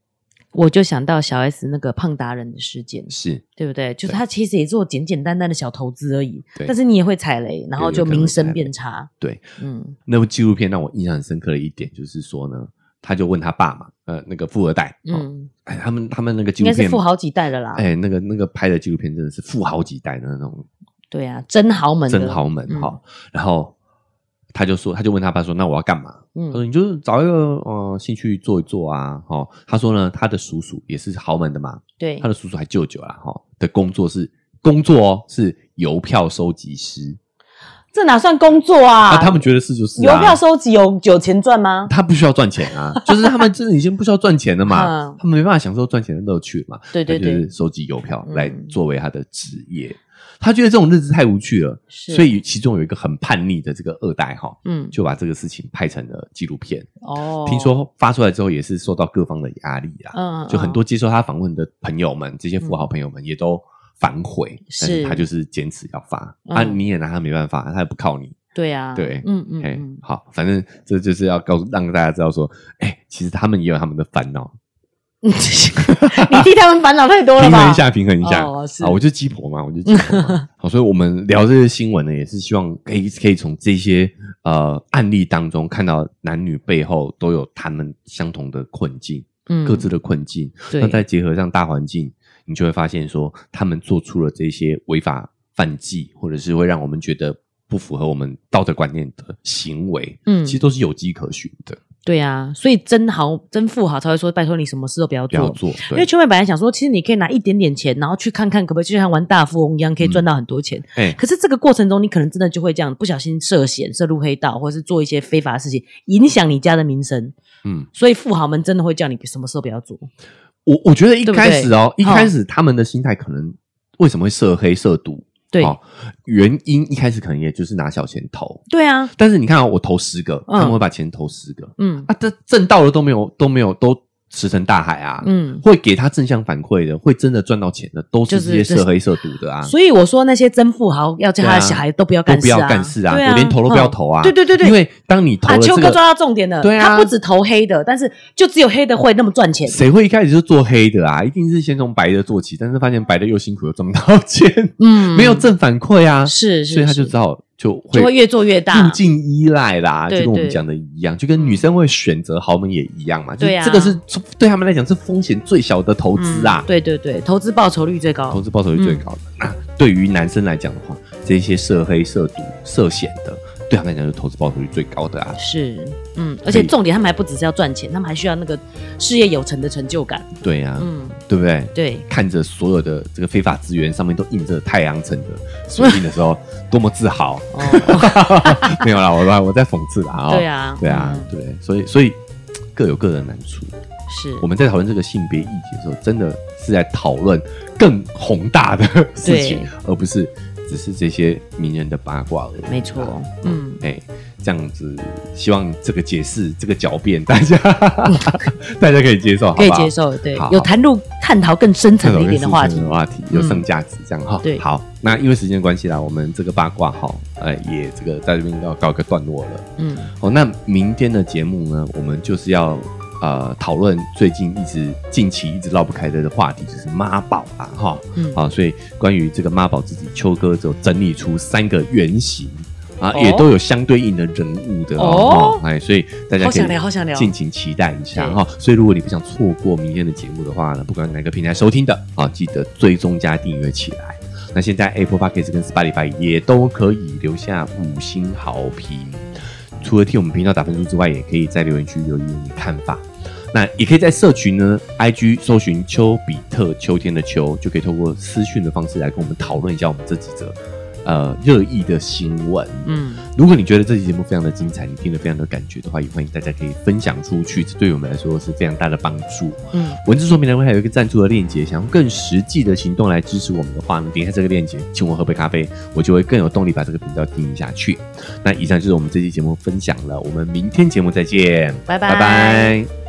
[SPEAKER 2] 我就想到小 S 那个胖达人的事件，
[SPEAKER 1] 是，
[SPEAKER 2] 对不对？就是
[SPEAKER 1] 对
[SPEAKER 2] 他其实也做简简单单的小投资而已，
[SPEAKER 1] 对
[SPEAKER 2] 但是你也会踩雷，然后
[SPEAKER 1] 对
[SPEAKER 2] 就
[SPEAKER 1] 有可能会
[SPEAKER 2] 名
[SPEAKER 1] 踩
[SPEAKER 2] 声
[SPEAKER 1] 雷
[SPEAKER 2] 变差。
[SPEAKER 1] 对。
[SPEAKER 2] 嗯
[SPEAKER 1] 那部纪录片让我印象很深刻的一点就是说呢，他就问他爸嘛，呃，那个富二代，嗯，
[SPEAKER 2] 嗯，
[SPEAKER 1] 哎，他们他们那个纪录
[SPEAKER 2] 应该是
[SPEAKER 1] 片
[SPEAKER 2] 富，好几代了啦。
[SPEAKER 1] 哎，那个那个拍的纪录片真的是富好几代的那种
[SPEAKER 2] 对啊，真豪门的，
[SPEAKER 1] 真豪门
[SPEAKER 2] 嗯
[SPEAKER 1] 哈、然后他就说，他就问他爸说，那我要干嘛？他
[SPEAKER 2] 嗯
[SPEAKER 1] 说你就是找一个呃兴趣做一做啊，哦，他说呢，他的叔叔也是豪门的嘛，
[SPEAKER 2] 对
[SPEAKER 1] 他，的叔叔还舅舅啦，哈、的工作是工作哦，是邮票收集师
[SPEAKER 2] 这哪算工作
[SPEAKER 1] 啊
[SPEAKER 2] 啊？
[SPEAKER 1] 他们觉得是就是、
[SPEAKER 2] 邮
[SPEAKER 1] 啊、
[SPEAKER 2] 票收集有有钱赚吗？
[SPEAKER 1] 他不需要赚钱
[SPEAKER 2] <laughs>
[SPEAKER 1] 啊，就是他们真的已经不需要赚钱了嘛，
[SPEAKER 2] 嗯
[SPEAKER 1] 他们没办法享受赚钱的乐趣嘛，
[SPEAKER 2] 对对
[SPEAKER 1] 他就
[SPEAKER 2] 对
[SPEAKER 1] 是，收集邮票
[SPEAKER 2] 嗯
[SPEAKER 1] 来作为他的职业，他觉得这种日子太无趣了，
[SPEAKER 2] 是
[SPEAKER 1] 所以其中有一个很叛逆的这个二代哈、
[SPEAKER 2] 嗯
[SPEAKER 1] 就把这个事情拍成了纪录片，
[SPEAKER 2] 哦，
[SPEAKER 1] 听说发出来之后也是受到各方的压力啊，
[SPEAKER 2] 嗯
[SPEAKER 1] 就很
[SPEAKER 2] 嗯
[SPEAKER 1] 多接受他访问的朋友们，这些富豪朋友们也都反悔，
[SPEAKER 2] 是
[SPEAKER 1] 但是他就是坚持要发、
[SPEAKER 2] 嗯
[SPEAKER 1] 啊，你也拿他没办法，他也不靠你，
[SPEAKER 2] 对啊，
[SPEAKER 1] 对
[SPEAKER 2] 嗯嗯
[SPEAKER 1] 哎、 <laughs>
[SPEAKER 2] 嗯，
[SPEAKER 1] 好，反正这就是要告诉让大家知道说，哎、其实他们也有他们的烦
[SPEAKER 2] <laughs>
[SPEAKER 1] 恼，
[SPEAKER 2] 你替他们烦恼太
[SPEAKER 1] <laughs>
[SPEAKER 2] 多了
[SPEAKER 1] 平衡
[SPEAKER 2] 吧
[SPEAKER 1] 一？下，平衡一下，
[SPEAKER 2] 哦是
[SPEAKER 1] 啊，我就鸡婆嘛，我就鸡婆
[SPEAKER 2] <laughs>
[SPEAKER 1] 嘛，好，所以我们聊这些新闻呢，也是希望可以可以从这些呃案例当中看到男女背后都有他们相同的困境，
[SPEAKER 2] 嗯
[SPEAKER 1] 各自的困境，
[SPEAKER 2] 对
[SPEAKER 1] 那再结合上大环境，你就会发现说，他们做出了这些违法犯纪，或者是会让我们觉得不符合我们道德观念的行为，
[SPEAKER 2] 嗯
[SPEAKER 1] 其实都是有迹可循的，
[SPEAKER 2] 对啊，所以真豪真富豪才会说，拜托你什么事都不要
[SPEAKER 1] 不要做，
[SPEAKER 2] 做。因
[SPEAKER 1] 对
[SPEAKER 2] 为，全伟本来想说，其实你可以拿一点点钱，然后去看看可不可以，就像玩大富翁一样，可
[SPEAKER 1] 嗯
[SPEAKER 2] 以赚到很多钱。
[SPEAKER 1] 哎，
[SPEAKER 2] 可是这个过程中，你可能真的就会这样不小心涉嫌涉入黑道，或是做一些非法的事情，影响你家的名声。
[SPEAKER 1] 嗯。
[SPEAKER 2] 所以富豪们真的会叫你什么事都不要做。
[SPEAKER 1] 我我觉得一
[SPEAKER 2] 对不
[SPEAKER 1] 开始哦，
[SPEAKER 2] 对
[SPEAKER 1] 一开始他们的心态可能为什么会涉黑涉赌？
[SPEAKER 2] 对、
[SPEAKER 1] 哦，原因一开始可能也就是拿小钱投，
[SPEAKER 2] 对啊，
[SPEAKER 1] 但是你看啊、我投十个，
[SPEAKER 2] 嗯
[SPEAKER 1] 他们会把钱投十个，
[SPEAKER 2] 嗯
[SPEAKER 1] 啊，这挣到了都没有都没有都石沉大海啊，
[SPEAKER 2] 嗯。
[SPEAKER 1] 会给他正向反馈的，会真的赚到钱的，都是
[SPEAKER 2] 就是
[SPEAKER 1] 这些涉黑涉赌的啊，
[SPEAKER 2] 所以我说那些真富豪要叫他的小孩都不要
[SPEAKER 1] 都
[SPEAKER 2] 干
[SPEAKER 1] 不
[SPEAKER 2] 事啊，
[SPEAKER 1] 要干事啊，
[SPEAKER 2] 对
[SPEAKER 1] 我连投都不要投啊，
[SPEAKER 2] 嗯对对对对，
[SPEAKER 1] 因为当你投
[SPEAKER 2] 啊，
[SPEAKER 1] 了
[SPEAKER 2] 秋
[SPEAKER 1] 这
[SPEAKER 2] 哥
[SPEAKER 1] 个，
[SPEAKER 2] 抓到重点了，
[SPEAKER 1] 对啊
[SPEAKER 2] 他不只投黑的，但是就只有黑的会那么赚钱。
[SPEAKER 1] 谁会一开始就做黑的啊？一定是先从白的做起，但是发现白的又辛苦又赚不到钱，
[SPEAKER 2] 嗯
[SPEAKER 1] 没有正反馈啊，
[SPEAKER 2] 是是，
[SPEAKER 1] 所以他就是只好就
[SPEAKER 2] 就会
[SPEAKER 1] 会
[SPEAKER 2] 越做越大
[SPEAKER 1] 路。径依赖啦，就
[SPEAKER 2] 对
[SPEAKER 1] 跟我们
[SPEAKER 2] 对嗯
[SPEAKER 1] 讲的一样，就跟女生会选择豪门也一样嘛，
[SPEAKER 2] 对啊
[SPEAKER 1] 就是这个是对他们来讲是风险最小的投资啊
[SPEAKER 2] 嗯，对对对，投资报酬率最
[SPEAKER 1] 投
[SPEAKER 2] 高。
[SPEAKER 1] 资报酬率最高的。那对于男生来讲的话，这些涉黑、涉赌、涉险的，对他们来讲就是投资报酬率最高的啊。
[SPEAKER 2] 是，嗯，而且重点他们还不只是要赚钱，他们还需要那个事业有成的成就感。
[SPEAKER 1] 对啊，
[SPEAKER 2] 嗯，
[SPEAKER 1] 对不对？
[SPEAKER 2] 对，
[SPEAKER 1] 看着所有的这个非法资源上面都印着太阳城的水印的时候，多么自
[SPEAKER 2] <laughs>
[SPEAKER 1] 豪！ <laughs>
[SPEAKER 2] 哦，
[SPEAKER 1] 没有啦，我我我在讽刺啦、哦。
[SPEAKER 2] 对，啊，
[SPEAKER 1] 对啊，
[SPEAKER 2] 嗯
[SPEAKER 1] 对，所以所以各有各的难处。
[SPEAKER 2] 是
[SPEAKER 1] 我们在讨论这个性别议题的时候，真的是在讨论更宏大的事情
[SPEAKER 2] 对，
[SPEAKER 1] 而不是只是这些名人的八卦而已。啊
[SPEAKER 2] 没错，嗯，
[SPEAKER 1] 哎、这样子，希望这个解释、这个狡辩，大家 <laughs> 大家可以接受，好不
[SPEAKER 2] 可
[SPEAKER 1] 好？
[SPEAKER 2] 以接受，对
[SPEAKER 1] 好，好
[SPEAKER 2] 有谈入探讨更深
[SPEAKER 1] 这
[SPEAKER 2] 层的
[SPEAKER 1] 种
[SPEAKER 2] 一点的话题。嗯
[SPEAKER 1] 话题有上价值，这样哈、
[SPEAKER 2] 对
[SPEAKER 1] 好，那因为时间关系啦，我们这个八卦哈，呃，也这个在这边要告一个段落了。
[SPEAKER 2] 嗯，
[SPEAKER 1] 哦，那明天的节目呢，我们就是要呃讨论最近一直近期一直绕不开的话题，就是妈宝啊，哈，
[SPEAKER 2] 嗯
[SPEAKER 1] 啊，所以关于这个妈宝自己，秋哥就整理出三个原型啊，
[SPEAKER 2] 哦
[SPEAKER 1] 也都有相对应的人物的哦，
[SPEAKER 2] 哦
[SPEAKER 1] 哈哎，所以大家
[SPEAKER 2] 好
[SPEAKER 1] 可以
[SPEAKER 2] 想聊，好想聊。
[SPEAKER 1] 尽情期待一下
[SPEAKER 2] 对
[SPEAKER 1] 哈、所以如果你不想错过明天的节目的话呢，不管哪个平台收听的啊，记得追踪加订阅起来。那现在 Apple Podcast 跟 Spotify 也都可以留下五星好评。除了替我们频道打分数之外，也可以在留言区留言你的看法。那也可以在社群呢，IG 搜寻“丘比特秋天的秋”，就可以透过私讯的方式来跟我们讨论一下我们这几则呃热议的新闻。
[SPEAKER 2] 嗯，
[SPEAKER 1] 如果你觉得这期节目非常的精彩，你听得非常的感觉的话，也欢迎大家可以分享出去，这对我们来说是非常大的帮助。
[SPEAKER 2] 嗯，
[SPEAKER 1] 文字说明栏位还有一个赞助的链接，想用更实际的行动来支持我们的话呢，点开这个链接，请我喝杯咖啡，我就会更有动力把这个频道经营下去。那以上就是我们这期节目分享了，我们明天节目再见，
[SPEAKER 2] 拜
[SPEAKER 1] 拜拜